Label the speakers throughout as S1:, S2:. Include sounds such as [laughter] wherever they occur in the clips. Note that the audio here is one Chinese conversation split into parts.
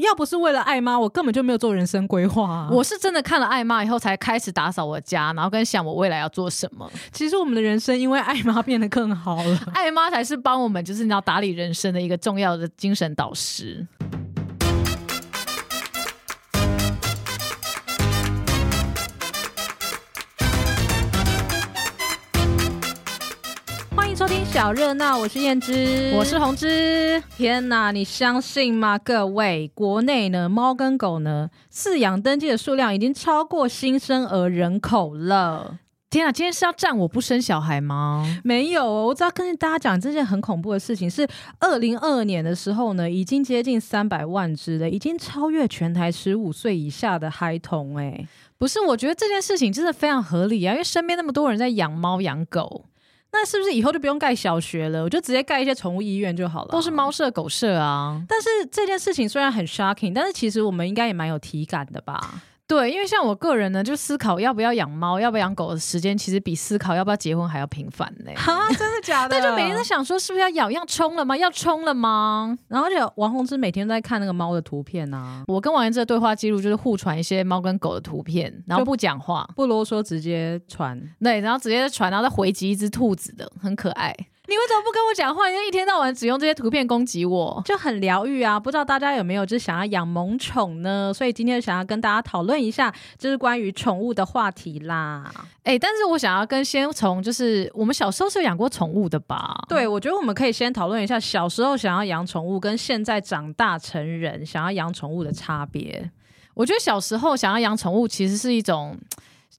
S1: 要不是为了爱妈，我根本就没有做人生规划、啊。
S2: 我是真的看了爱妈以后，才开始打扫我家，然后跟想我未来要做什么。
S1: 其实我们的人生因为爱妈变得更好了，
S2: 爱妈才是帮我们就是你要打理人生的一个重要的精神导师。
S1: [laughs] 欢迎收听小热闹，我是燕之，
S2: 我是红之，
S1: 天呐，你相信吗？各位，国内呢，猫跟狗呢，饲养登记的数量已经超过新生儿人口了。
S2: 天啊，今天是要站我不生小孩吗？
S1: 没有哦，我只要跟大家讲这件很恐怖的事情，是二零二二年的时候呢，已经接近三百万只了，已经超越全台十五岁以下的孩童、哎，
S2: 不是，我觉得这件事情真的非常合理啊，因为身边那么多人在养猫养狗，
S1: 那是不是以后就不用盖小学了？我就直接盖一些宠物医院就好了，
S2: 都是猫。舍狗舍啊。
S1: 但是这件事情虽然很 shocking，但是其实我们应该也蛮有体感的吧？
S2: 对，因为像我个人呢，就思考要不要养猫、要不要养狗的时间，其实比思考要不要结婚还要频繁呢、
S1: [laughs] 哈，真的假的？
S2: 对，就每天在想说，是不是要养？要冲了吗？要冲了吗？
S1: 然后而且哦王宏之每天都在看那个猫的图片啊，
S2: 我跟王源之的对话记录就是互传一些猫跟狗的图片，然后
S1: 就
S2: 不讲话，
S1: 不啰嗦直接传。
S2: 对，然后直接传，然后再回击一只兔子的，很可爱。你为什么不跟我讲话？你就一天到晚只用这些图片攻击我。
S1: 就很疗愈啊！不知道大家有没有就是想要养萌宠呢？所以今天想要跟大家讨论一下，就是关于宠物的话题啦。
S2: 哎、但是我想要跟先从就是我们小时候是有养过宠物的吧？
S1: 对，我觉得我们可以先讨论一下小时候想要养宠物跟现在长大成人想要养宠物的差别。
S2: 我觉得小时候想要养宠物，其实是一种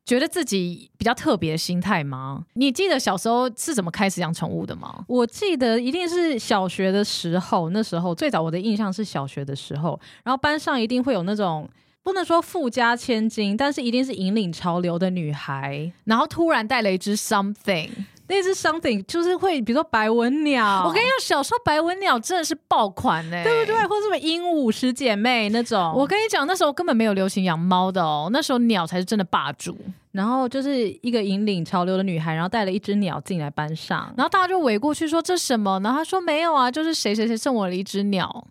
S2: 觉得自己比较特别的心态吗？你记得小时候是怎么开始养宠物的吗？
S1: 我记得一定是小学的时候，那时候最早我的印象是小学的时候，然后班上一定会有那种不能说富家千金，但是一定是引领潮流的女孩。
S2: 然后突然带了一只 something，、
S1: 那只 something 就是会，比如说白文鸟，
S2: 我跟你讲，小时候白文鸟真的是爆款哎、
S1: 对不对？？或者什么鹦鹉十姐妹那种，
S2: 我跟你讲，那时候根本没有流行养猫的哦，那时候鸟才是真的霸主。
S1: 然后就是一个引领潮流的女孩，然后带了一只鸟进来班上，
S2: 然后大家就围过去说这什么？然后他说没有啊，就是谁谁谁送我了一只鸟。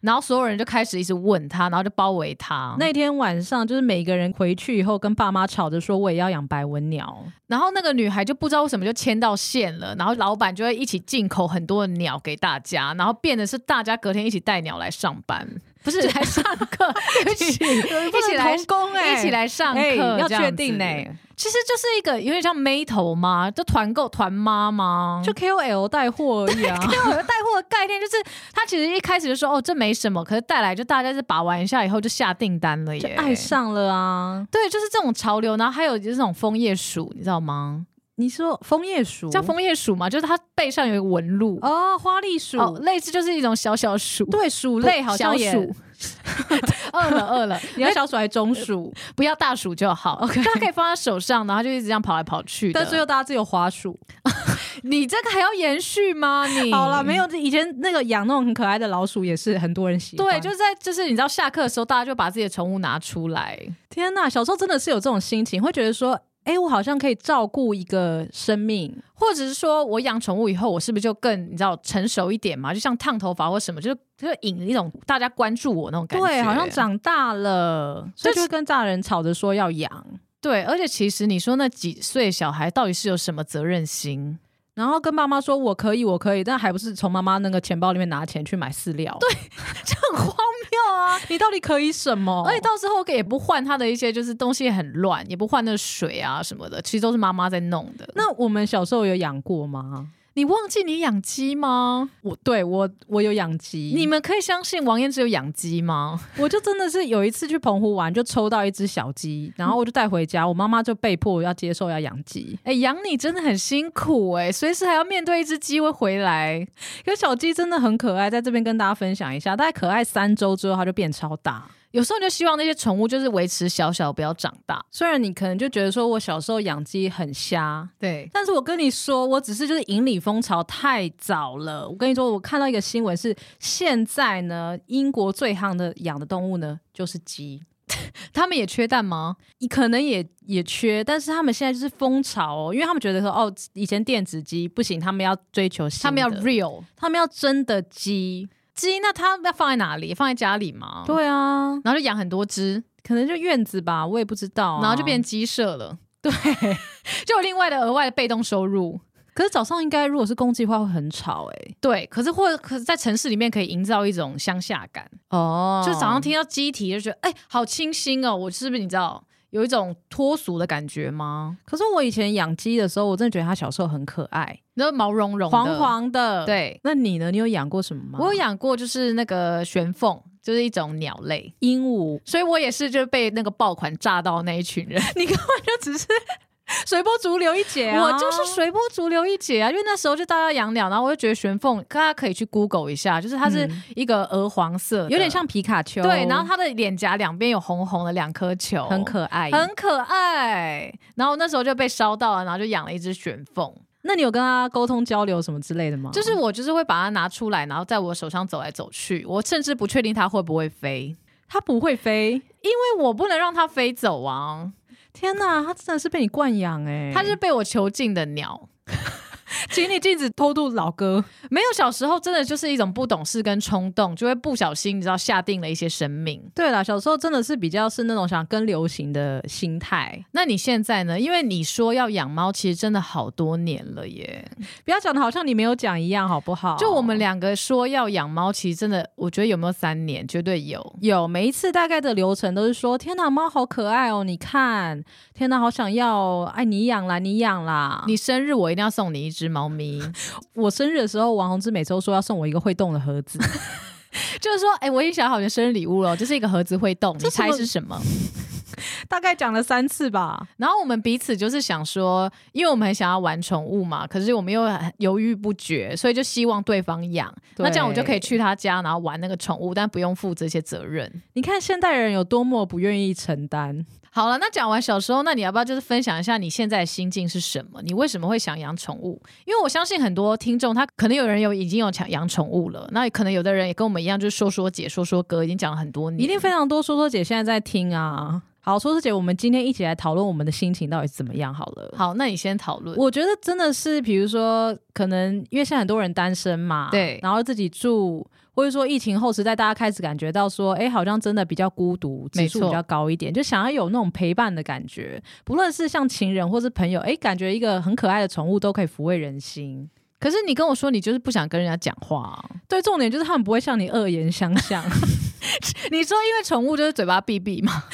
S2: 然后所有人就开始一直问他，然后就包围他。那
S1: 那天晚上，就是每个人回去以后跟爸妈吵着说，我也要养白文鸟。
S2: 然后那个女孩就不知道为什么就牵到线了，然后老板就会一起进口很多的鸟给大家，然后变得是大家隔天一起带鸟来上班，不是来上
S1: [laughs]
S2: 课，对不起，一起来
S1: 同工哎、
S2: 一起来上课，
S1: 哎要
S2: 这样
S1: 确定欸
S2: 子
S1: 呢、
S2: 其实就是一个有点像妹头嘛，就团购团妈嘛，
S1: 就 KOL 带货而已啊。
S2: 因为我有带货的概念，就是他其实一开始就说哦这没什么，可是带来就大家是把玩一下以后就下订单了耶，
S1: 爱。上了啊！
S2: 对，就是这种潮流，然后还有就是这种枫叶鼠，你知道吗？
S1: 你说枫叶鼠
S2: 叫枫叶鼠嘛，就是它背上有一个纹路，
S1: 哦，花栗鼠、
S2: 哦，类似就是一种小小鼠，
S1: 对，鼠类好像也
S2: 小鼠。 [laughs] 饿了饿了，
S1: 你要小鼠还是中鼠？
S2: 不要大鼠就好。OK，它可 [laughs] 以放在手上，然后就一直这样跑来跑去的。
S1: 但最后大家只有滑鼠。
S2: 你这个还要延续吗？
S1: [laughs]
S2: 你
S1: 好了，没有以前那个养那种很可爱的老鼠也是很多人喜欢。
S2: 对，就是在就是你知道下课的时候，大家就把自己的宠物拿出来。
S1: 天呐，小时候真的是有这种心情，会觉得说，哎、我好像可以照顾一个生命。
S2: 或者是说我养宠物以后，我是不是就更你知道成熟一点嘛？就像烫头发或什么，就是就是引一种大家关注我那种感觉，
S1: 对，好像长大了，所以就会跟大人吵着说要养。
S2: 对。而且其实你说那几岁小孩到底是有什么责任心？
S1: 然后跟爸妈说我可以，我可以，但还不是从妈妈那个钱包里面拿钱去买饲料？对， [laughs]
S2: 这很荒谬啊！
S1: 你到底可以什么？
S2: 而且到时候也不换它的一些，就是东西很乱，也不换那水啊什么的，其实都是妈妈在弄的。
S1: 那我们小时候有养过吗？
S2: 你忘记你养鸡吗？
S1: 我对我我有养鸡，
S2: 你们可以相信王燕只有养鸡吗？
S1: 我就真的是有一次去澎湖玩，就抽到一只小鸡，然后我就带回家，我妈妈就被迫要接受要养鸡。
S2: 哎、养你真的很辛苦哎、随时还要面对一只鸡会回来，
S1: 可是小鸡真的很可爱，在这边跟大家分享一下，大概可爱三周之后它就变超大。
S2: 有时候你就希望那些宠物就是维持小小，不要长大。
S1: 虽然你可能就觉得说我小时候养鸡很瞎，
S2: 对，
S1: 但是我跟你说，我只是就是引领风潮太早了。我跟你说，我看到一个新闻是，现在呢，英国最夯的养的动物呢就是鸡，
S2: 他们也缺蛋吗？
S1: 你可能也也缺，但是他们现在就是风潮哦，因为他们觉得说哦，以前电子鸡不行，他们要追求新的
S2: 他们要 real，
S1: 他们要真的鸡。
S2: 鸡那它要放在哪里？放在家里吗？，
S1: 对啊，
S2: 然后就养很多只，
S1: 可能就院子吧，我也不知道啊、
S2: 然后就变鸡舍了。对， [laughs] 就有另外的额外的被动收入。
S1: 可是早上应该如果是公鸡的话会很吵哎、
S2: 对，可是或可是在城市里面可以营造一种乡下感，
S1: 哦
S2: 就早上听到鸡啼就觉得哎、好清新哦！我是不是你知道有一种脱俗的感觉吗？
S1: 可是我以前养鸡的时候，我真的觉得它小时候很可爱，
S2: 你知道毛茸茸的
S1: 黄，黄的。，
S2: 对
S1: 那你呢？你有养过什么吗？
S2: 我有养过，就是那个玄凤，就是一种鸟类。
S1: 鹦鹉，
S2: 所以我也是就被那个爆款炸到那一群 [laughs] 人，
S1: 你根本就
S2: [laughs]
S1: 只是随波逐流一姐啊！
S2: 我就是随波逐流一姐啊，因为那时候就大家养鸟，然后我就觉得玄凤，大家可以去 Google 一下，就是它是
S1: 嗯
S2: 一个鹅黄色的，
S1: 有点像皮卡丘，
S2: 对，然后它的脸颊两边有红红的两颗球，
S1: 很可爱。
S2: 很可爱。然后那时候就被烧到了，然后就养了一只玄凤，
S1: 那你有跟它沟通交流什么之类的吗？
S2: 就是我就是会把它拿出来，然后在我手上走来走去，我甚至不确定它会不会飞，
S1: 它不会飞，
S2: 因为我不能让它飞走啊，
S1: 天哪，它真的是被你惯养哎！
S2: 它是被我囚禁的鸟。
S1: [laughs] 请你禁止偷渡老哥，
S2: 没有小时候真的就是一种不懂事跟冲动，就会不小心你知道下定了一些生命。
S1: 对啦，小时候真的是比较是那种想跟流行的心态，
S2: 那你现在呢？因为你说要养猫，其实真的好多年了耶。
S1: 不要讲的好像你没有讲一样，好不好？
S2: 就我们两个说要养猫，其实真的，我觉得有没有三年，绝对有。
S1: 有每一次大概的流程都是说：天哪，猫好可爱哦！你看，天哪，好想要哦！哎，你养啦，你养啦！
S2: 你生日我一定要送你一只
S1: [laughs]
S2: 猫咪，
S1: 我生日的时候，王宏志每周说要送我一个会动的盒
S2: [laughs]
S1: 子，
S2: 就是说，哎、我已经想好你的生日礼物了，就是一个盒子会动，你
S1: 这什么
S2: 猜是什么？
S1: 大概讲了三次吧。
S2: 然后我们彼此就是想说，因为我们很想要玩宠物嘛，可是我们又很犹豫不决，所以就希望对方养。
S1: 对
S2: 那这样我就可以去他家，然后玩那个宠物，但不用负这些责任。
S1: 你看现代人有多么不愿意承担。
S2: 好了，那讲完小时候，那你要不要就是分享一下你现在的心境是什么？你为什么会想养宠物？因为我相信很多听众，他可能有人有已经有想养宠物了，那可能有的人也跟我们一样，就是说说姐、说说哥，已经讲了很多年，
S1: 一定非常多。说说姐现在在听啊。好，说说姐，我们今天一起来讨论我们的心情到底是怎么样好了。
S2: 好。那你先讨论。
S1: 我觉得真的是，比如说，可能因为现在很多人单身嘛，
S2: 对
S1: 然后自己住，或者说疫情后时代，大家开始感觉到说，哎，好像真的比较孤独，
S2: 没
S1: 指数
S2: 错
S1: 比较高一点，就想要有那种陪伴的感觉，不论是像情人或是朋友，哎，感觉一个很可爱的宠物都可以抚慰人心。
S2: 可是你跟我说，你就是不想跟人家讲话啊、
S1: 对，重点就是他们不会向你恶言相向，他们
S2: [laughs] 你说因为宠物就是嘴巴闭闭嘛？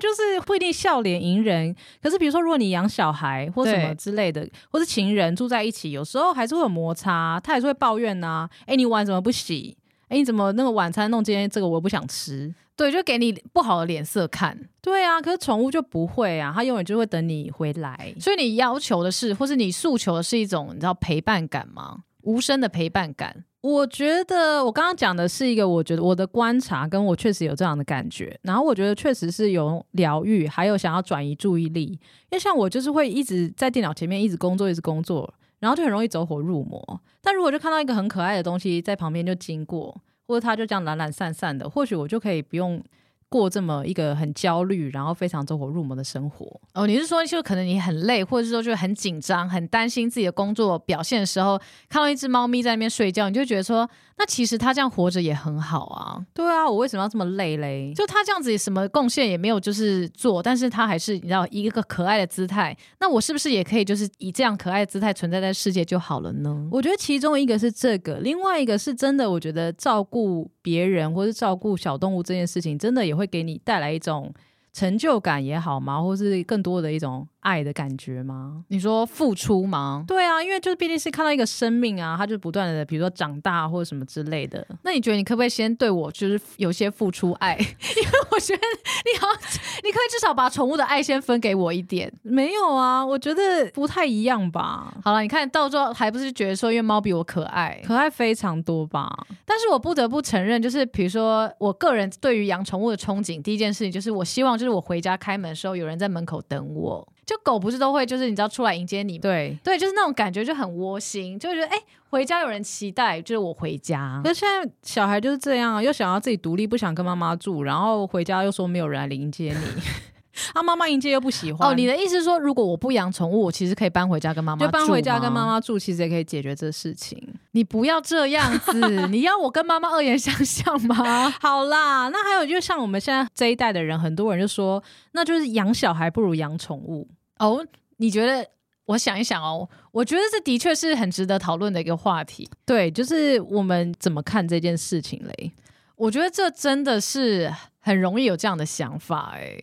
S1: 就是不一定笑脸迎人。可是比如说，如果你养小孩或什么
S2: 对
S1: 之类的，或是情人住在一起，有时候还是会有摩擦，他还是会抱怨呐、哎、你碗怎么不洗？哎、你怎么那个晚餐弄今天这个我不想吃？
S2: 对，就给你不好的脸色看。
S1: 对啊，可是宠物就不会啊，它永远就会等你回来。
S2: 所以你要求的是，或是你诉求的是一种你知道陪伴感吗？无声的陪伴感。
S1: 我觉得我刚刚讲的是一个，我觉得我的观察跟我确实有这样的感觉，然后我觉得确实是有疗愈，还有想要转移注意力，因为像我就是会一直在电脑前面一直工作，一直工作，然后就很容易走火入魔。但如果就看到一个很可爱的东西在旁边就经过，或者它就这样懒懒散散的，或许我就可以不用过这么一个很焦虑，然后非常走火入魔的生活。
S2: 哦，你是说就可能你很累，或者是说就很紧张、很担心自己的工作表现的时候，看到一只猫咪在那边睡觉，你就觉得说，那其实它这样活着也很好啊。
S1: 对啊，我为什么要这么累嘞？
S2: 就它这样子什么贡献也没有，就是做，但是它还是你知道一个可爱的姿态。那我是不是也可以就是以这样可爱的姿态存在在世界就好了呢？
S1: 我觉得其中一个是这个，另外一个是真的，我觉得照顾别人或是照顾小动物这件事情，真的也会给你带来一种成就感也好嘛，或是更多的一种爱的感觉吗？
S2: 你说付出吗？
S1: 对啊，因为就是毕竟是看到一个生命啊，它就不断的，比如说长大或者什么之类的。
S2: 那你觉得你可不可以先对我就是有些付出爱？ [laughs] 因为我觉得你好像，你可以至少把宠物的爱先分给我一点。
S1: 没有啊，我觉得不太一样吧，
S2: 好了，你看到最后还不是觉得说，因为猫比我可爱。
S1: 可爱非常多吧。
S2: 但是我不得不承认，就是比如说我个人对于养宠物的憧憬，第一件事情就是我希望就是我回家开门的时候有人在门口等我。就狗不是都会就是你知道出来迎接你吗？
S1: 对，
S2: 对，就是那种感觉就很窝心，就会觉得哎、回家有人期待，就是我回家。
S1: 可是现在小孩就是这样啊，又想要自己独立，不想跟妈妈住，然后回家又说没有人来迎接你， [laughs] 啊，妈妈迎接又不喜欢。
S2: 哦，你的意思是说，如果我不养宠物，我其实可以搬回家跟妈妈
S1: 就搬回家
S2: 住吗
S1: 跟妈妈住，其实也可以解决这事情。
S2: 你不要这样子，你要我跟妈妈恶言相向吗？
S1: 好啦，那还有就像我们现在这一代的人，很多人就说，那就是养小孩不如养宠物。
S2: 哦，你觉得？我想一想哦，我觉得这的确是很值得讨论的一个话题。
S1: 对，就是我们怎么看这件事情嘞？
S2: 我觉得这真的是很容易有这样的想法哎、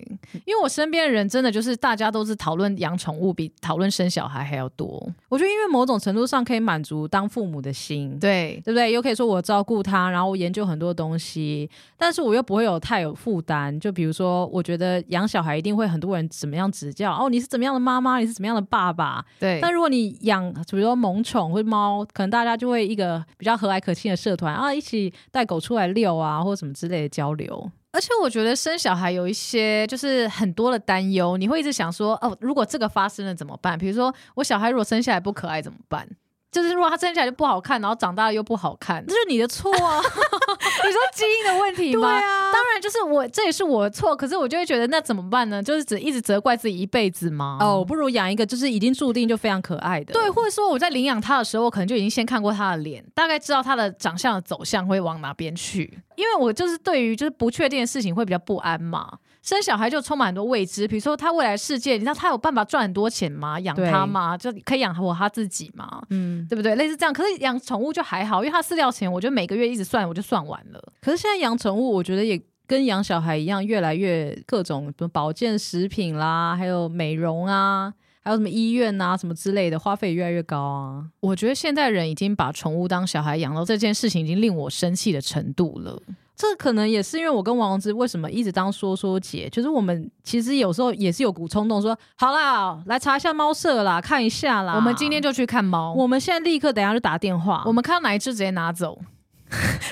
S2: 因为我身边的人真的就是大家都是讨论养宠物比讨论生小孩还要多。
S1: 我觉得，因为某种程度上可以满足当父母的心，
S2: 对，
S1: 对不对？又可以说我照顾他，然后我研究很多东西，但是我又不会有太有负担。就比如说，我觉得养小孩一定会很多人怎么样指教哦，你是怎么样的妈妈，你是怎么样的爸爸。
S2: 对，
S1: 但如果你养，比如说萌宠或者猫，可能大家就会一个比较和蔼可亲的社团啊，一起带狗出来遛啊，或什么之类的交流。
S2: 而且我觉得生小孩有一些就是很多的担忧，你会一直想说哦，如果这个发生了怎么办？比如说我小孩如果生下来不可爱怎么办？就是如果他生下来就不好看，然后长大了又不好 [laughs] 看，
S1: 那是你的错 [laughs] 啊，
S2: 你说基因的问题
S1: 对
S2: 吗？
S1: 啊，
S2: 当然，就是我这也是我的错，可是我就会觉得那怎么办呢？就是只一直责怪自己一辈子吗？
S1: 哦，，不如养一个就是已经注定就非常可爱的。
S2: 对，或者说我在领养他的时候，我可能就已经先看过他的脸，大概知道他的长相的走向会往哪边去，因为我就是对于就是不确定的事情会比较不安嘛。生小孩就充满很多未知，比如说他未来世界，你知道他有办法赚很多钱吗？养
S1: 对
S2: 他吗？就可以养活他自己吗？
S1: 嗯，
S2: 对不对？类似这样，可是养宠物就还好，因为它饲料钱，我就每个月一直算，我就算完了。
S1: 可是现在养宠物，我觉得也跟养小孩一样，越来越各种什么保健食品啦，还有美容啊，还有什么医院啊什么之类的，花费也越来越高啊。
S2: 我觉得现代人已经把宠物当小孩养到这件事情，已经令我生气的程度了。
S1: 这可能也是因为我跟王子为什么一直当说说姐，就是我们其实有时候也是有股冲动说，好啦，来查一下猫舍啦，看一下啦。
S2: 我们今天就去看猫，我
S1: 我们现在立刻等一下就打电话，
S2: 们看到哪一只直接拿走。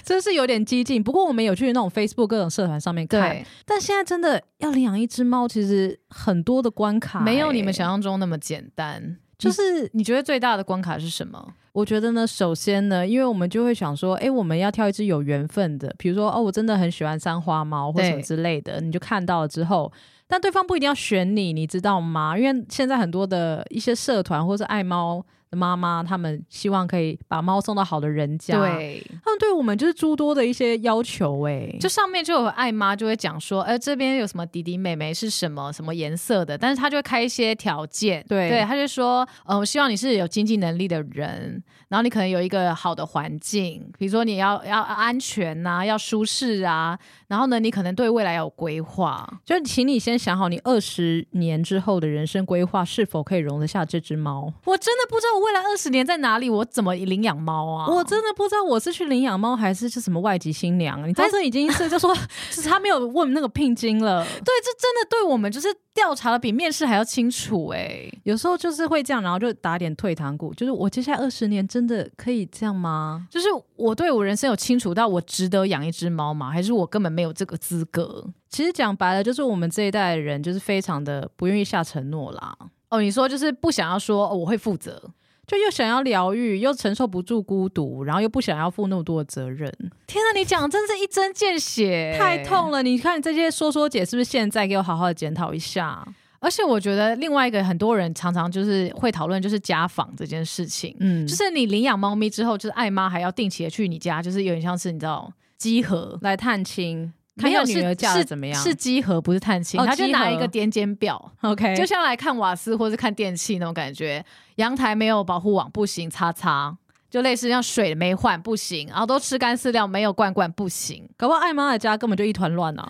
S1: 真是有点激进。不过我们有去那种 Facebook 各种社团上面看，，但现在真的要领养一只猫，其实很多的关卡、
S2: 没有你们
S1: 想。
S2: 想象中那么简单。就
S1: 就是是
S2: 你觉得最大的关卡是什么？
S1: 我觉得呢，首先呢，因为我们就会想说，哎，我们要挑一只有缘分的，比如说哦，我真的很喜欢三花猫或
S2: 对
S1: 什么之类的，你就看到了之后，但对方不一定要选你，你知道吗？因为现在很多的一些社团或是爱猫的妈妈，他们希望可以把猫送到好的人家，，
S2: 对，
S1: 他们对我们就是诸多的一些要求、哎，
S2: 就上面就有爱妈就会讲说，哎、这边有什么弟弟妹妹是什么什么颜色的，但是他就会开一些条件，
S1: 对
S2: 对，他就说，呃，我希望你是有经济能力的人，然后你可能有一个好的环境，比如说你要要安全呐、要舒适啊，然后呢，你可能对未来要有规划，
S1: 就请你先想好，你二十年之后的人生规划是否可以容得下这只猫。
S2: 我真的不知道我未来二十年在哪里，我怎么领养猫啊？
S1: 我真的不知道我是去领养猫还是是什么外籍新娘，你知道这已经
S2: [laughs]
S1: 是就说，就是他没有问那个聘金了。
S2: 对，这真的对我们就是调查的比面试还要清楚哎、
S1: 有时候就是会这样，然后就打点退堂鼓，就是我接下来二十年真的可以这样吗？
S2: 就是我对我人生有清楚到我值得养一只猫吗？还是我根本没有这个资格？
S1: 其实讲白了，就是我们这一代的人就是非常的不愿意下承诺啦，
S2: 哦，你说就是不想要说、哦我会负责。
S1: 就又想要疗愈，又承受不住孤独，然后又不想要负那么多的责任，
S2: 天啊哪，你讲得真是一针见血，欸
S1: 太痛了。你看这些说说姐是不是现在给我好好的检讨一下？
S2: 而且我觉得另外一个很多人常常就是会讨论就是家访这件事情，
S1: 嗯，
S2: 就
S1: 就是
S2: 是你领养猫咪之后，就是爱妈还要定期的去你家，就是有点像是你知道集合。
S1: 来探亲，看
S2: 没有
S1: 看女
S2: 是
S1: 儿嫁
S2: 是
S1: 的怎么样？
S2: 是集合，不是探亲。
S1: 哦
S2: 他就
S1: 集
S2: 拿
S1: 合
S2: 一个点检表，
S1: OK，
S2: 就像来看瓦斯或是看电器那种感觉。阳台没有保护网不行，擦擦。就类似像水没换不行，然后都吃干饲料没有罐罐不行，
S1: 搞不好艾妈的家根本就一团 [laughs] 乱啊，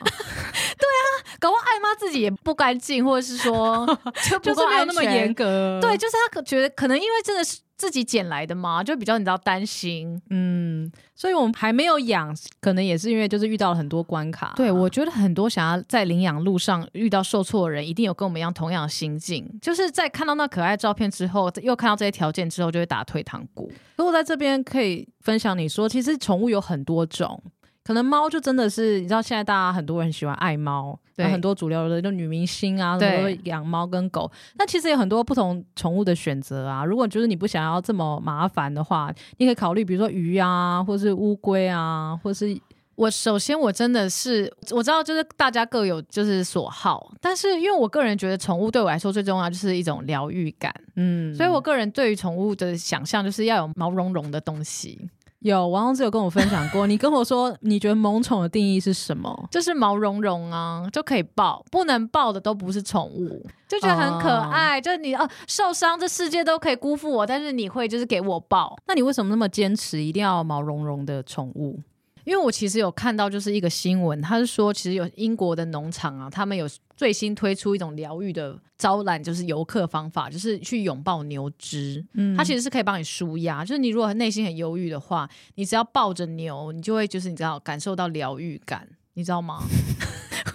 S2: 搞不好艾妈自己也不干净，或者是 [laughs] 说就不
S1: 就
S2: 够
S1: 是没有
S2: 安
S1: 那么
S2: 全
S1: 严。格。
S2: 对，，就是他可觉得可能因为真的是自己捡来的嘛，就比较你知道担心。
S1: 嗯，所以我们还没有养，可能也是因为就是遇到了很多关卡。
S2: 对，我觉得很多想要在领养路上遇到受挫的人，一定有跟我们一样同样的心境，就是在看到那可爱照片之后，又看到这些条件之后，就会打退堂鼓。
S1: 如果在这边可以分享你说，其实宠物有很多种。可能猫就真的是，你知道现在大家很多人喜欢爱猫，
S2: 对
S1: 然后很多主流的就女明星啊，什
S2: 对
S1: 么都会养猫跟狗。那其实有很多不同宠物的选择啊。如果就是你不想要这么麻烦的话，你可以考虑比如说鱼啊，或是乌龟啊，或是
S2: 我首先我真的是我知道，就是大家各有就是所好，但是因为我个人觉得宠物对我来说最重要就是一种疗愈感，
S1: 嗯，
S2: 所以我个人对于宠物的想象就是要有毛茸茸的东西，
S1: 有王公子有跟我分享过，你跟我说你觉得萌宠的定义是什么？
S2: 就是毛茸茸啊就可以抱，不能抱的都不是宠物，就觉得很可爱。就是你哦、受伤这世界都可以辜负我，但是你会就是给我抱。
S1: 那你为什么那么坚持一定要毛茸茸的宠物？
S2: 因为我其实有看到就是一个新闻，他是说其实有英国的农场啊，他们有最新推出一种疗愈的招揽，就是游客方法，就是去拥抱牛只，
S1: 嗯
S2: 它其实是可以帮你舒压。就是你如果内心很忧郁的话，你只要抱着牛，你就会就是你知道感受到疗愈感，你知
S1: [laughs]
S2: 道吗？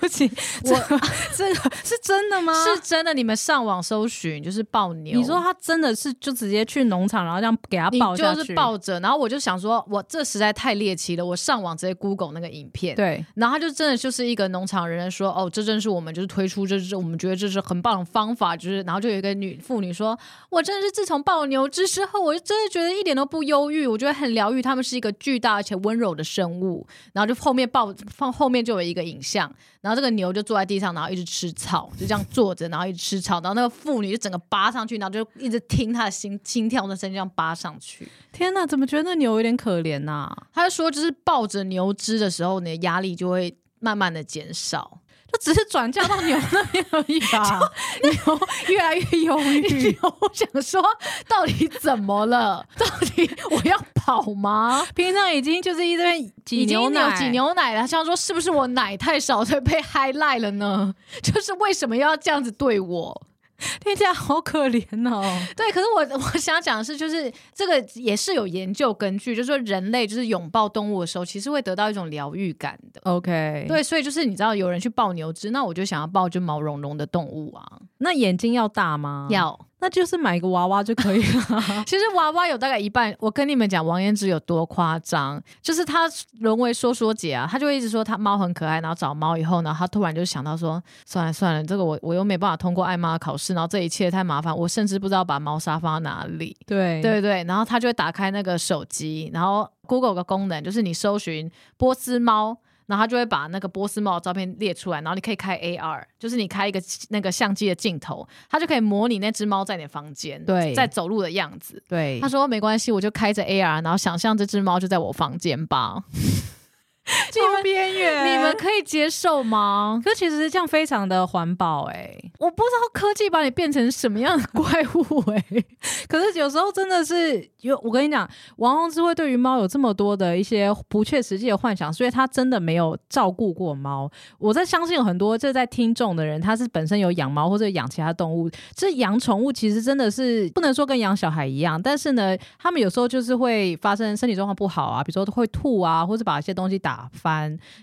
S2: 不行，
S1: 我这个是真的吗？
S2: 是真的，你们上网搜寻就是抱牛，
S1: 你说他真的是就直接去农场，然后这样给他
S2: 你
S1: 抱下
S2: 就是
S1: 去
S2: 抱着，然后我就想说，我这实在太猎奇了，我上网直接 Google 那个影片。
S1: 对，
S2: 然后他就真的就是一个农场人说，哦，这正是我们就是推出这是我们觉得这是很棒的方法，就是然后就有一个女妇女说，我真的是自从抱牛之之后，我就真的觉得一点都不忧郁，我觉得很疗愈，他们是一个巨大而且温柔的生物。然后就后面抱放后面就有一个影像，然后这个牛就坐在地上，然后一直吃草，就这样坐着，然后一直吃草，然后那个妇女就整个扒上去，然后就一直听她的心心跳的声音这样扒上去。
S1: 天哪，怎么觉得那牛有点可怜呐、
S2: 他就说，就是抱着牛只的时候，你的压力就会慢慢的减少。
S1: 就只是转嫁到牛那边而已吧，牛越来越忧 [laughs] 郁。
S2: 我想说，到底怎么了？到底我要跑吗？
S1: 平常已经就是一边 [laughs] 挤
S2: 已经
S1: 牛奶，
S2: 有挤牛奶了，像说是不是我奶太少，所以被 highlight 了呢？ [laughs] 就是为什么要这样子对我？
S1: 听起来好可怜 [laughs] 哦。
S2: 对，可是我我想讲的是，就是这个也是有研究根据，就是说人类就是拥抱动物的时候，其实会得到一种疗愈感的。
S1: OK，，
S2: 对，所以就是你知道有人去抱牛只，那我就想要抱就毛茸茸的动物啊，
S1: 那眼睛要大吗？，
S2: 要
S1: 那就是买一个娃娃就可以了。
S2: 其实娃娃有大概一半，我跟你们讲，王彦之有多夸张，就是他沦为说说姐啊，他就会一直说他猫很可爱，然后找猫以后呢，他突然就想到说，算了算了，这个我我又没办法通过爱妈的考试，然后这一切太麻烦，我甚至不知道把猫砂放到哪里。
S1: [laughs] 对
S2: 对对，然后他就会打开那个手机，然后 Google 有个功能就是你搜寻波斯猫，然后他就会把那个波斯猫的照片列出来，然后你可以开 AR，就是你开一个那个相机的镜头，它就可以模拟那只猫在你的房间
S1: 对
S2: 在走路的样子。
S1: 对
S2: 他，说没关系，我就开着 AR，然后想象这只猫就在我房间吧。你们
S1: 边
S2: 你
S1: 你
S2: 们
S1: 们，
S2: 可以接受吗？
S1: 可其实这样非常的环保哎、 [laughs]
S2: 我不知道科技把你变成什么样的怪物哎、
S1: 可是有时候真的是有，我跟你讲，王宏志会对于猫有这么多的一些不切实际的幻想，所以他真的没有照顾过猫。我在相信有很多就在听众的人，他是本身有养猫或者养其他动物，这养宠物其实真的是不能说跟养小孩一样，但是呢，他们有时候就是会发生身体状况不好啊，比如说会吐啊，或者把一些东西打翻。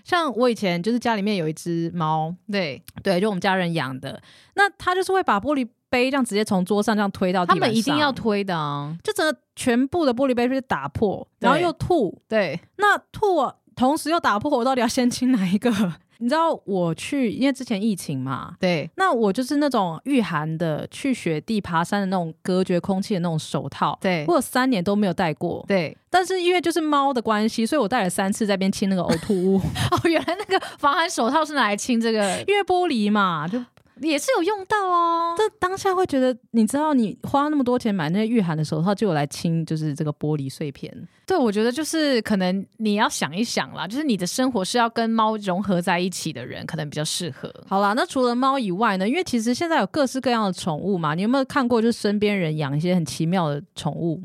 S1: 像我以前就是家里面有一只猫，
S2: 对
S1: 对，就我们家人养的。那他就是会把玻璃杯这样直接从桌上这样推到地
S2: 他
S1: 板上，
S2: 们一定要推的啊，
S1: 就整个全部的玻璃杯被打破，然后
S2: 对
S1: 又吐。
S2: 对，
S1: 那吐我同时又打破，我到底要先亲哪一个？ [laughs] 你知道我去，因为之前疫情嘛，
S2: 对，
S1: 那我就是那种御寒的、去雪地爬山的那种隔绝空气的那种手套，
S2: 对
S1: 我有三年都没有戴过。
S2: 对。
S1: 但是因为就是猫的关系，所以我戴了三次在那边清那个呕吐 [laughs] 物，
S2: 哦，原来那个防寒手套是拿来清这个，
S1: 因为玻璃嘛，就
S2: 也是有用到哦。
S1: 但当下会觉得，你知道，你花那么多钱买那些御寒的手套，就有来清，就是这个玻璃碎片。
S2: 对，我觉得就是可能你要想一想啦，就是你的生活是要跟猫融合在一起的人，可能比较适合。
S1: 好啦，那除了猫以外呢？因为其实现在有各式各样的宠物嘛，你有没有看过，就是身边人养一些很奇妙的宠物？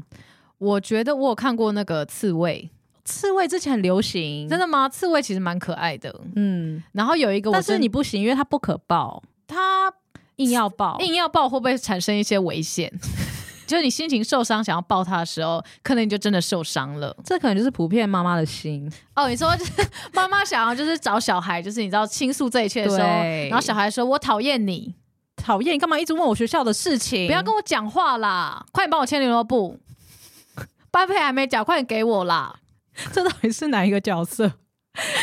S2: 我觉得我有看过那个刺猬，
S1: 刺猬之前很流行，
S2: 真
S1: 的，
S2: 的吗？刺猬其实蛮可爱的。
S1: 嗯，
S2: 然后有一个我
S1: 但
S2: 真，
S1: 是你不行，因为它不可抱，
S2: 它
S1: 硬要抱，
S2: 硬要抱，会不会产生一些危险？ [laughs] 就是你心情受伤，想要抱它的时候，可能你就真的受伤了。
S1: 这可能就是普遍妈妈的心。
S2: 哦，你说就是 [laughs] 妈妈想要就是找小孩，就是你知道倾诉这一切的时候，
S1: 对
S2: 然后小孩说：“我讨厌你。”
S1: 讨厌，你干嘛一直问我学校的事情？
S2: 不要跟我讲话啦！快点帮我牵牛萝卜， [laughs] 班费还没缴，快点给我啦！
S1: 这到底是哪一个角 [laughs] 色？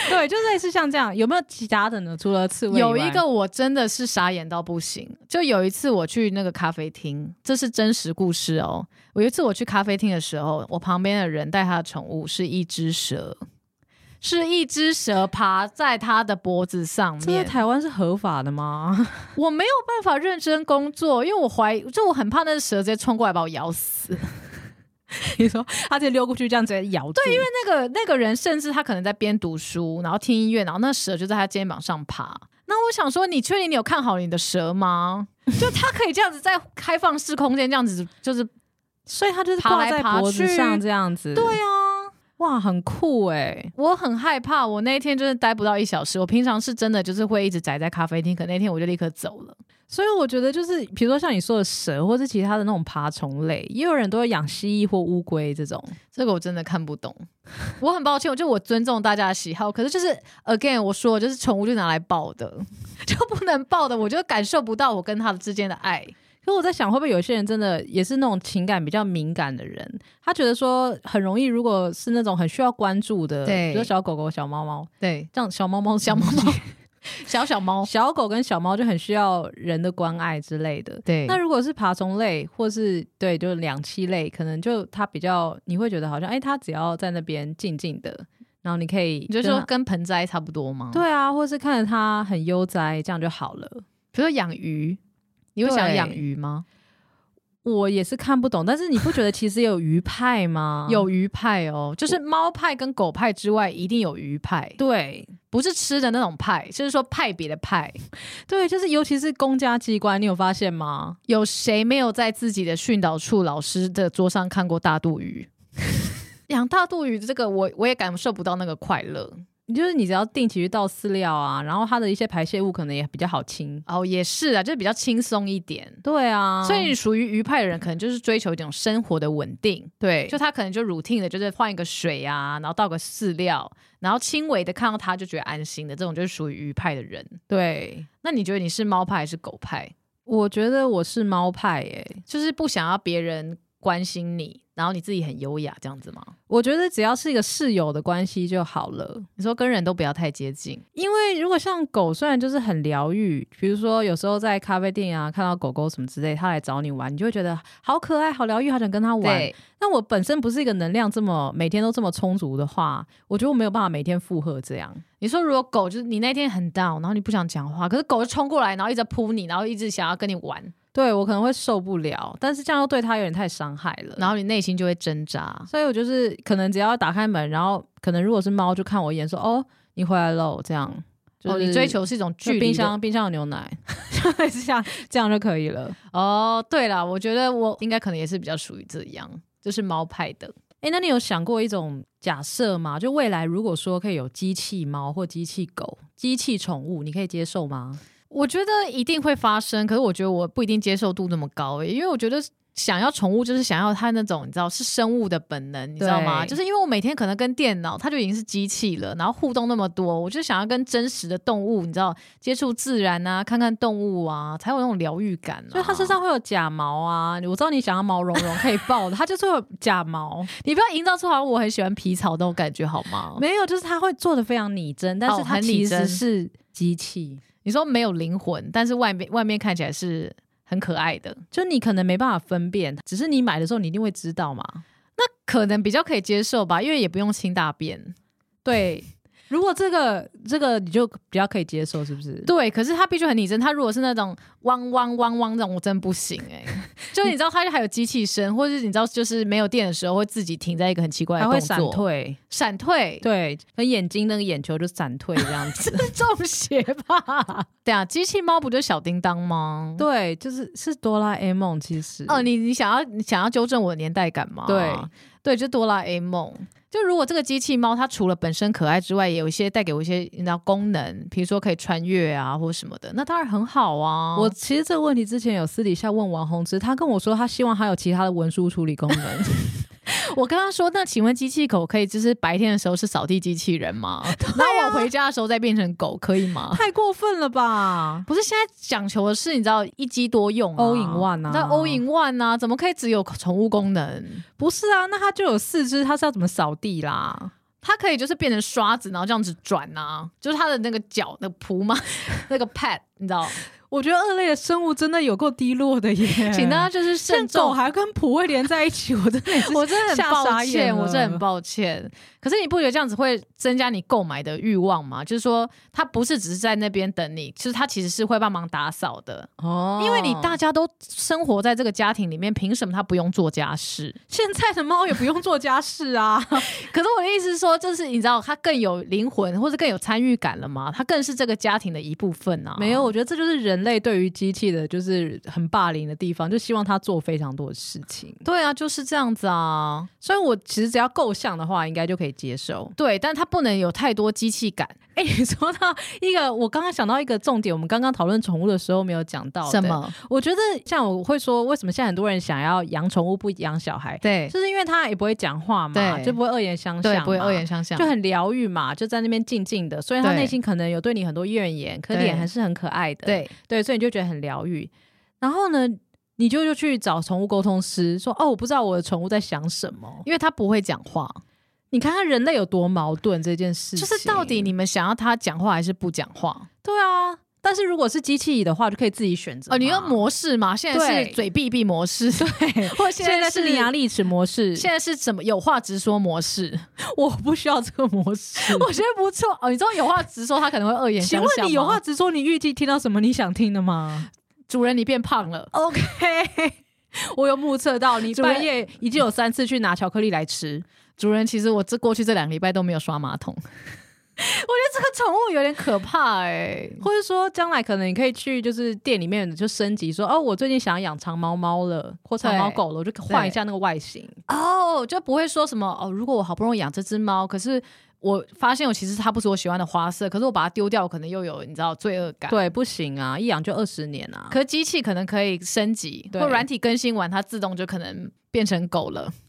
S1: 对，就类似像这样，有没有其他的呢？除了刺猬以外，
S2: 有一个我真的是傻眼到不行，就有一次我去那个咖啡厅，这是真实故事哦。我有一次我去咖啡厅的时候，我旁边的人带他的宠物是一只蛇，是一只蛇爬在他的脖子上
S1: 这在
S2: 面。
S1: 台湾是合法的吗？
S2: 我没有办法认真工作，因为我怀疑，就我很怕那只蛇直接冲过来把我咬死。
S1: 你说 [laughs] 他直接溜过去，这样直接咬住？对，因为
S2: 那个那个人甚至他可能在边读书，然后听音乐，然后那蛇就在他肩膀上爬。那我想说，你确定你有看好你的蛇吗？ [laughs] 就它可以这样子在开放式空间这样子，就是
S1: 所以他就是
S2: 爬
S1: 挂
S2: 来
S1: 在
S2: 爬
S1: 脖子
S2: 去
S1: 上这样子。
S2: 对啊，
S1: 哇，很酷哎、
S2: 我很害怕，我那一天真的待不到一小时。我平常是真的就是会一直宅在咖啡厅，可那天我就立刻走了。
S1: 所以我觉得就是，比如说像你说的蛇，或是其他的那种爬虫类，也有人都会养蜥蜴或乌龟这种。
S2: 这个我真的看不懂，我很抱歉，我就我尊重大家的喜好，可是就是 again 我说就是宠物就拿来抱的， [laughs] 就不能抱的，我就感受不到我跟它之间的爱。
S1: 可我在想，会不会有些人真的也是那种情感比较敏感的人？他觉得说很容易，如果是那种很需要关注的，
S2: 对
S1: 比如说小狗狗、小猫猫，
S2: 对，
S1: 这样小猫猫、
S2: 小猫猫、小小猫，
S1: 小狗跟小猫就很需要人的关爱之类的。
S2: 对
S1: 那如果是爬虫类，或是对，就是两栖类，可能就它比较，你会觉得好像，哎、它只要在那边静静的，然后你可以
S2: 你就
S1: 跟
S2: 说
S1: 它
S2: 跟盆栽差不多吗？，
S1: 啊对啊，或是看着它很悠哉，这样就好了。
S2: 比如说养鱼，你会想
S1: 对
S2: 养鱼吗？？
S1: 我也是看不懂，但是你不觉得其实有鱼派吗
S2: [laughs] 有鱼派哦，就是猫派跟狗派之外，一定有鱼派。
S1: 对
S2: 不是吃的那种派，就是说派别的派。
S1: 对，就是尤其是公家机关，你有发现吗？
S2: 有谁没有在自己的训导处老师的桌上看过大肚鱼？ [laughs] 养大肚鱼这个我，我也感受不到那个快乐。
S1: 你就是你只要定期去倒饲料啊，然后它的一些排泄物可能也比较好清。
S2: 哦，也是啊，就是比较轻松一点。
S1: 对啊，
S2: 所以你属于鱼派的人，可能就是追求一种生活的稳定。
S1: 对
S2: 就他可能就 routine 的，就是换一个水啊，然后倒个饲料，然后轻微的看到它就觉得安心的，这种就是属于鱼派的人。
S1: 对，
S2: 那你觉得你是猫派还是狗派？
S1: 我觉得我是猫派耶、
S2: 就是不想要别人关心你，然后你自己很优雅这样子吗？
S1: 我觉得只要是一个室友的关系就好了。
S2: 你说跟人都不要太接近，
S1: 因为如果像狗，虽然就是很疗愈，比如说有时候在咖啡店啊看到狗狗什么之类，它来找你玩，你就会觉得好可爱、好疗愈，好想跟它玩。
S2: 对，
S1: 那我本身不是一个能量这么每天都这么充足的话，我觉得我没有办法每天负荷这样。
S2: 你说如果狗就是你那天很 down，然后你不想讲话，可是狗就冲过来，然后一直扑你，然后一直想要跟你玩，
S1: 对我可能会受不了，但是这样又对它有点太伤害了。
S2: 然后你内心就会挣扎。
S1: 所以我就是可能只要打开门，然后可能如果是猫就看我一眼说：“哦，你回来喽。”这样。就是
S2: 哦，你追求是一种距
S1: 就
S2: 离的
S1: 冰箱冰箱有牛奶， [laughs] 就是这样这样就可以了。
S2: 哦。对了，我觉得我应该可能也是比较属于这样，就是猫派的。
S1: 哎、那你有想过一种假设吗？就未来如果说可以有机器猫或机器狗、机器宠物，你可以接受吗？
S2: 我觉得一定会发生，可是我觉得我不一定接受度那么高、欸，因为我觉得。想要宠物就是想要它那种你知道是生物的本能，你知道吗？
S1: 对
S2: 就是因为我每天可能跟电脑，它就已经是机器了，然后互动那么多，我就想要跟真实的动物，你知道接触自然啊，看看动物啊，才有那种疗愈感、啊。
S1: 所以它身上会有假毛啊，我知道你想要毛茸茸可以抱的，它就是会有假毛。
S2: 你不要营造出好像我很喜欢皮草那种感觉好吗？
S1: 没有，就是它会做的非常拟真，但
S2: 哦
S1: 是它
S2: 很拟
S1: 其实
S2: 真
S1: 是机器，
S2: 你说没有灵魂，但是外面外面看起来是很可爱的，
S1: 就你可能没办法分辨，只是你买的时候你一定会知道嘛。
S2: 可能比较可以接受吧，因为也不用清大
S1: 嗯
S2: 便。
S1: 对， [laughs] 如果这个这个你就比较可以接受，是不是？
S2: 对，可是它必须很拟真。它如果是那种汪汪汪汪这种，我真不行
S1: [laughs]
S2: 哎、就是你知道，它还有机器声，或者是你知道，就是没有电的时候会自己停在一个很奇怪的
S1: 还
S2: 动作，
S1: 会闪，退，
S2: 闪退，
S1: 对，和眼睛那个眼球就闪退这样子。
S2: 是中邪吧？
S1: [laughs]
S2: 对啊，机器猫不就是小叮当吗？
S1: 对，就是是哆啦 A 梦，其实
S2: 哦，你你想要你想要纠正我的年代感吗？
S1: 对
S2: 对，就哆啦 A 梦。就如果这个机器猫它除了本身可爱之外，也有一些带给我一些你知道功能，比如说可以穿越啊或什么的，那当然很好啊。
S1: 我其实这个问题之前有私底下问王宏之，他跟我说他希望还有其他的文书处理功能，
S2: [laughs] 我跟他说，那请问机器狗可以就是白天的时候是扫地机器人
S1: [laughs]
S2: 吗？
S1: 啊
S2: 那、我回家的时候再变成狗可以吗？
S1: [laughs] 太过分了吧？
S2: 不是现在讲求的是你知道一机多用、啊、
S1: All in one 啊
S2: 那 all in one 啊，怎么可以只有宠物功能？
S1: 不是啊，那他就有四肢，他是要怎么扫地啦？
S2: 它可以就是变成刷子，然后这样子转啊，就是它的那个脚的蹼嘛， [laughs] 那个 pad，你知
S1: [laughs]
S2: 道？
S1: 我觉得二类的生物真的有够低落的 [laughs] 耶，
S2: 请大家就是
S1: 像
S2: 慎
S1: 狗
S2: 重。 [laughs]
S1: 还跟普会连在一起，我真的也是
S2: 我真的很
S1: 吓傻
S2: 抱
S1: 眼
S2: 歉，
S1: 了
S2: 我真的很抱歉。可是你不觉得这样子会增加你购买的欲望吗？就是说，它不是只是在那边等你，就是它其实是会帮忙打扫的。
S1: [laughs] 哦
S2: 因为你大家都生活在这个家庭里面，凭什么它不用做家事？
S1: 现在的猫也不用做家事啊，
S2: 可是我的意思是说，就是你知道，它更有灵魂，或者更有参与感了吗？它更是这个家庭的一部分啊。
S1: [laughs] 没有，我觉得这就是人类对于机器的，就是很霸凌的地方，就希望它做非常多的事情。
S2: 对啊，就是这样子啊。
S1: 所以我其实只要够像的话，应该就可以接受。 [laughs]
S2: 对，但它不能有太多机器感。
S1: 哎、你说到一个，我刚刚想到一个重点，我们刚刚讨论宠物的时候没有讲到的？
S2: 么？
S1: 我觉得像我会说，为什么现在很多人想要养宠物不养小孩，
S2: 对
S1: 就是因为他也不会讲话嘛，
S2: 对
S1: 就不会恶言相向
S2: 对
S1: 嘛，，
S2: 不会恶言相向，
S1: 就很疗愈嘛，就在那边静静的。虽然他
S2: 对
S1: 内心可能有对你很多怨言，可
S2: 对
S1: 脸还是很可爱的。
S2: 对
S1: 对，所以你就觉得很疗愈。然后呢，你就就去找宠物沟通师说：“哦，我不知道我的宠物在想什么。
S2: 因为他不会讲话，”
S1: 你看看人类有多矛盾这件事
S2: 就
S1: 情，
S2: 是到底你们想要他讲话还是不讲话？
S1: 对啊。但是如果是机器的话，就可以自己选择嘛。
S2: 哦，你用模式吗？现在
S1: 对
S2: 是嘴闭闭模式，对， [laughs] 或
S1: 现在是
S2: 是
S1: 伶牙俐齿模式，
S2: 现在是怎么有话直说模式？
S1: 我不需要这个模 [laughs] 式。
S2: 我觉得不错哦。你知道有话直说，他可能会恶言
S1: 请
S2: 相
S1: 问
S2: 向。
S1: 你有话，直说，你预计听到什么你想听的吗
S2: 主人你变胖了，
S1: ？OK，我有目测到你
S2: 主人
S1: 半夜已经有三次去拿巧克力来吃。
S2: 主人其实我这过去这两个礼拜都没有刷马桶。 [laughs] 我觉得这个宠物有点可怕哎、
S1: 或者说，将来可能你可以去就是店里面就升级说，哦，我最近想要养长毛猫了，或长毛狗了，我就换一下那个外形。
S2: 哦就不会说什么哦。如果我好不容易养这只猫，可是我发现我其实它不是我喜欢的花色，可是我把它丢掉，可能又有你知道罪恶感。，
S1: 对，不行啊，一养就二十年啊。
S2: 可是机器可能可以升级，
S1: 对
S2: 或软体更新完，它自动就可能变成狗了。 [laughs]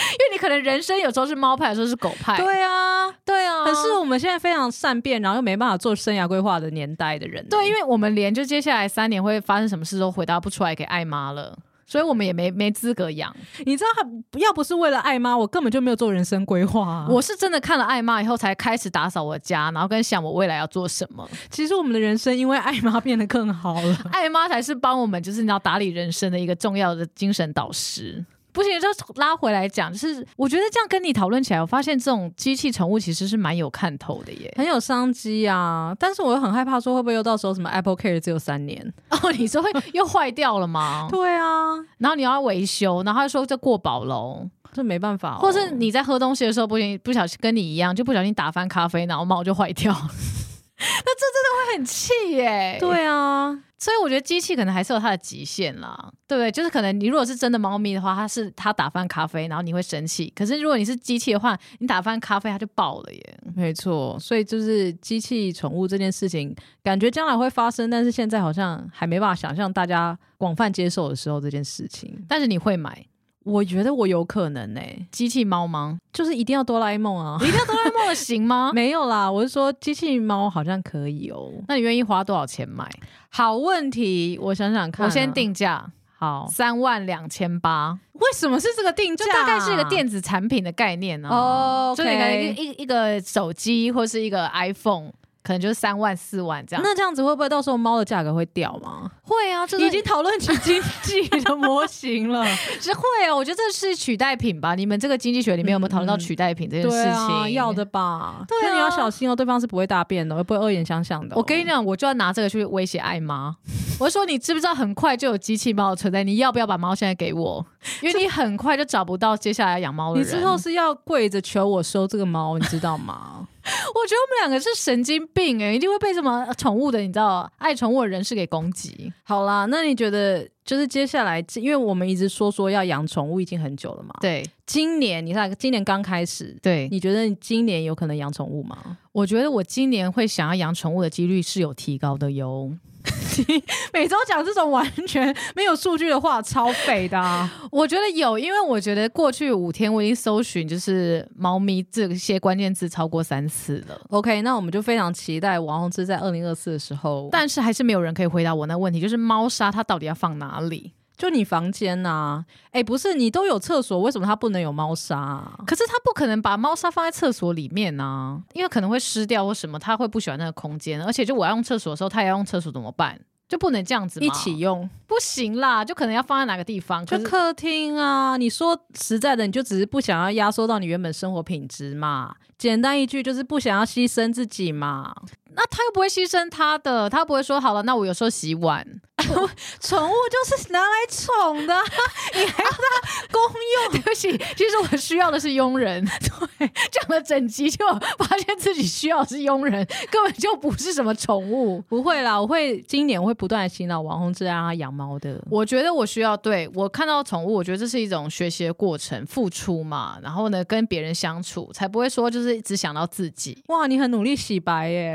S2: 因为你可能人生有时候是猫派，有时候是狗派。
S1: 对啊，
S2: 对啊
S1: 可是我们现在非常善变，然后又没办法做生涯规划的年代的人、
S2: 对，因为我们连就接下来三年会发生什么事都回答不出来给艾妈了，所以我们也没没资格养。
S1: 你知道他要不是为了爱妈，我根本就没有做人生规划、啊。
S2: 我是真的看了艾妈以后才开始打扫我家，然后跟想我未来要做什么。
S1: 其实我们的人生因为爱妈变得更好了。
S2: [laughs] 艾妈才是帮我们就是你要打理人生的一个重要的精神导师。不行，就拉回来讲，就是我觉得这样跟你讨论起来，我发现这种机器宠物其实是蛮有看头的耶。
S1: [laughs] 很有商机啊，但是我又很害怕说会不会又到时候什么 Apple Care 只有三年？
S2: [laughs] 哦，你说会又坏掉了吗？
S1: 对啊，
S2: 然后你要维修，然后他说这过保喽。
S1: 这没办法、哦，
S2: 或是你在喝东西的时候不行，不小心跟你一样，就不小心打翻咖啡，然后猫就坏掉了。 [laughs] 那这真的会很气耶、，
S1: 对啊，
S2: 所以我觉得机器可能还是有它的极限啦，对不对？就是可能你如果是真的猫咪的话，它是它打翻咖啡，然后你会生气；可是如果你是机器的话，你打翻咖啡它就爆了耶。
S1: 没错，所以就是机器宠物这件事情，感觉将来会发生，但是现在好像还没办法想象大家广泛接受的时候这件事情。
S2: 但是你会买
S1: 我觉得我有可能欸呢、
S2: 机器猫吗？
S1: 就是一定要哆啦 A 梦 [laughs] 啊，
S2: 你一定要哆啦 A 梦的型吗？
S1: 没有啦，我是说机器猫好像可以哦。
S2: [laughs] 那你愿意花多少钱买？
S1: 好问题，我想想看、啊
S2: 我先。定价
S1: 好，
S2: 三万两千八，
S1: 为什么是这个定价
S2: 就
S1: 啊？
S2: 大概是一个电子产品的概念呢、啊
S1: 哦，
S2: 就你可能一个一一个手机或是一个 iPhone，可能就是三万四万这样。
S1: 那这样子会不会到时候猫的价格会掉吗？
S2: 会啊，
S1: 已经讨论起经济的模型了，
S2: 是会啊。我觉得这是取代品吧？你们这个经济学里面有没有讨论到取代品这件事
S1: [laughs] 嗯对
S2: 情？
S1: 啊，要的。吧？
S2: 对啊
S1: 但你要小心哦，对方是不会大便的，也不会恶言相向的哦、
S2: 我跟你讲，我就要拿这个去威胁艾妈。我就说，你知不知道很快就有机器猫的存在？你要不要把猫现在
S1: [laughs]
S2: 给我？因为你很快就找不到接下来养猫的
S1: 你
S2: 人。
S1: 之后是要跪着求我收这个猫，你知道吗？
S2: 我觉得我们两个是神经病哎、一定会被什么宠物的你知道爱宠物的人士给攻击。
S1: 好啦，那你觉得就是接下来，因为我们一直说说要养宠物已经很久了嘛，
S2: 对
S1: 今年你看，今年刚开始，
S2: 对，
S1: 你觉得你今年有可能养宠物吗？ [laughs]
S2: 我觉得我今年会想要养宠物的几率是有提高的哟。
S1: 每周讲这种完全没有数据的话，超废的、啊。
S2: 我觉得有，因为我觉得过去五天我已经搜寻就是猫咪这些关键字超过三次了，
S1: [laughs] OK，那我们就非常期待王宏志在二零二四的时候，
S2: 但是还是没有人可以回答我那问题，就是猫砂它到底要放哪里？
S1: 就你房间呐、哎、不是你都有厕所，为什么它不能有猫砂、啊？
S2: 可是它不可能把猫砂放在厕所里面啊，因为可能会湿掉或什么，它会不喜欢那个空间，而且就我要用厕所的时候，它也要用厕所怎么办？就不能这样子吗
S1: 一起用，
S2: 不行啦，就可能要放在哪个地方，
S1: 就
S2: 可是
S1: 客厅啊。你说实在的，你就只是不想要压缩到你原本生活品质嘛。简单一句就是不想要牺牲自己嘛。
S2: 那他又不会牺牲他的，他不会说好了，那我有时候洗碗，
S1: 宠物就是拿来宠的啊，你还要它公用？
S2: [laughs] 对不起，其实我需要的是佣 [laughs] 人。对，讲了整集就发现自己需要的是佣人，根本就不是什么宠物。
S1: [laughs] 不会啦，我会今年我会不断的洗脑王宏志让他啊养猫的。
S2: 我觉得我需要对我看到宠物，我觉得这是一种学习的过程，付出嘛，然后呢跟别人相处，才不会说就是只想到自 [laughs] 己。
S1: 哇，你很努力洗白 [laughs] 耶！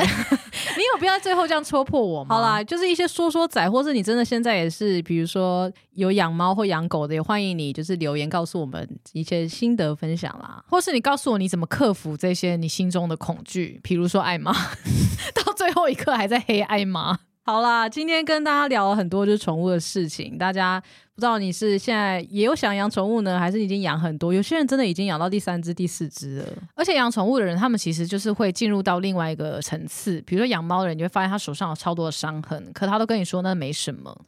S2: 你有必要最后这样戳破我吗？
S1: 好啦，，就是一些说说仔，或是你真的现在也是，比如说有养猫或养狗的，也欢迎你就是留言告诉我们一些心得分享啦。
S2: 或是你告诉我你怎么克服这些你心中的恐惧，比如说爱妈， [laughs] 到最后一刻还在黑爱妈。
S1: 好啦，今天跟大家聊了很多就是宠物的事情，大家不知道你是现在也有想养宠物呢，还是已经养很多？有些人真的已经养到第三只、第四只了。
S2: 而且养宠物的人，他们其实就是会进入到另外一个层次。比如说养猫的人，你会发现他手上有超多的伤痕，可他都跟你说那没什么。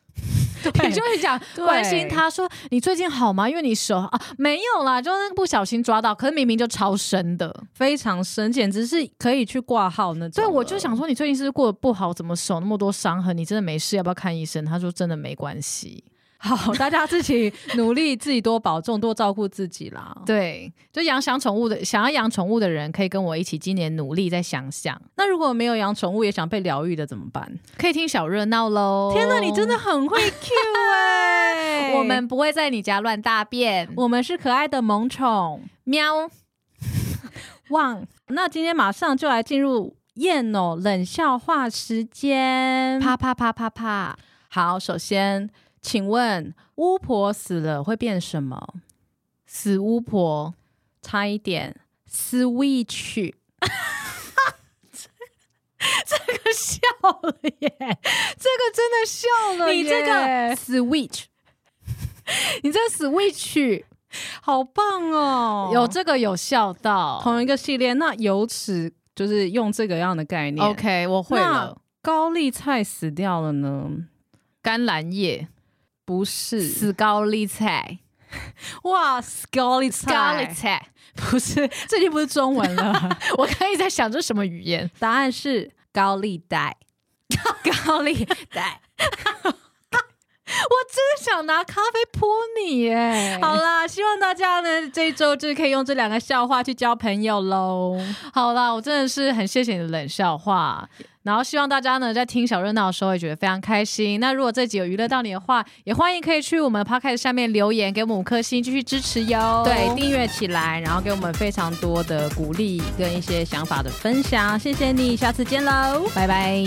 S2: 你就会想
S1: 对
S2: 关心他说你最近好吗？因为你手啊没有啦，就是不小心抓到，可是明明就超深的。
S1: 非常深，简直是可以去挂号那种
S2: 所以
S1: 了。
S2: 我就想说，你最近是不是过得不好？怎么手那么多伤痕？你真的没事？要不要看医生？他说真的没关系。
S1: 好，大家自己努力，自己多保重，多照顾自己啦。
S2: 对，就养想宠物的，想要养宠物的人，可以跟我一起今年努力再想想，
S1: 那如果没有养宠物也想被疗愈的怎么办？
S2: 可以听小热闹喽。
S1: 天哪，你真的很会 [laughs] Q 哎、
S2: [laughs] 我们不会在你家乱大便。
S1: 我们是可爱的萌宠
S2: 喵，
S1: 旺。那今天马上就来进入燕哦冷笑话时间。
S2: 啪啪啪啪啪，
S1: 好，首先，请问巫婆死了会变什么？
S2: 死巫婆，
S1: 差一点，Switch。
S2: 笑了耶！这个真的笑了
S1: 你
S2: 你
S1: 这
S2: 这
S1: 个 [laughs]
S2: 个，
S1: Switch
S2: 你这 Switch
S1: 好棒哦，
S2: 有这个有笑到
S1: 同一个系列。那油脂就是用这个样的概念。
S2: ，OK，我会了。
S1: 高丽菜死掉了呢？
S2: 甘蓝叶，
S1: 不是，
S2: 死高丽菜，
S1: [laughs] 哇，高丽菜，
S2: 高丽菜， [laughs]
S1: 不是， [laughs] 这已经不是中文 [laughs] 了。
S2: 我刚刚一直在想这什么语言，
S1: 答案是高利 [laughs] 贷，高利贷。
S2: 真的想拿咖啡泼你耶！
S1: [laughs] 好啦，希望大家呢这一周就可以用这两个笑话去交朋友喽。
S2: 好啦，我真的是很谢谢你的冷笑话，然后希望大家呢在听小热闹的时候也觉得非常开心。那如果这集有娱乐到你的话，也欢迎可以去我们 podcast 下面留言，给我们五颗星，继续支持哟。
S1: 对，订阅起来，然后给我们非常多的鼓励跟一些想法的分享，谢谢你，下次见喽。
S2: 拜拜。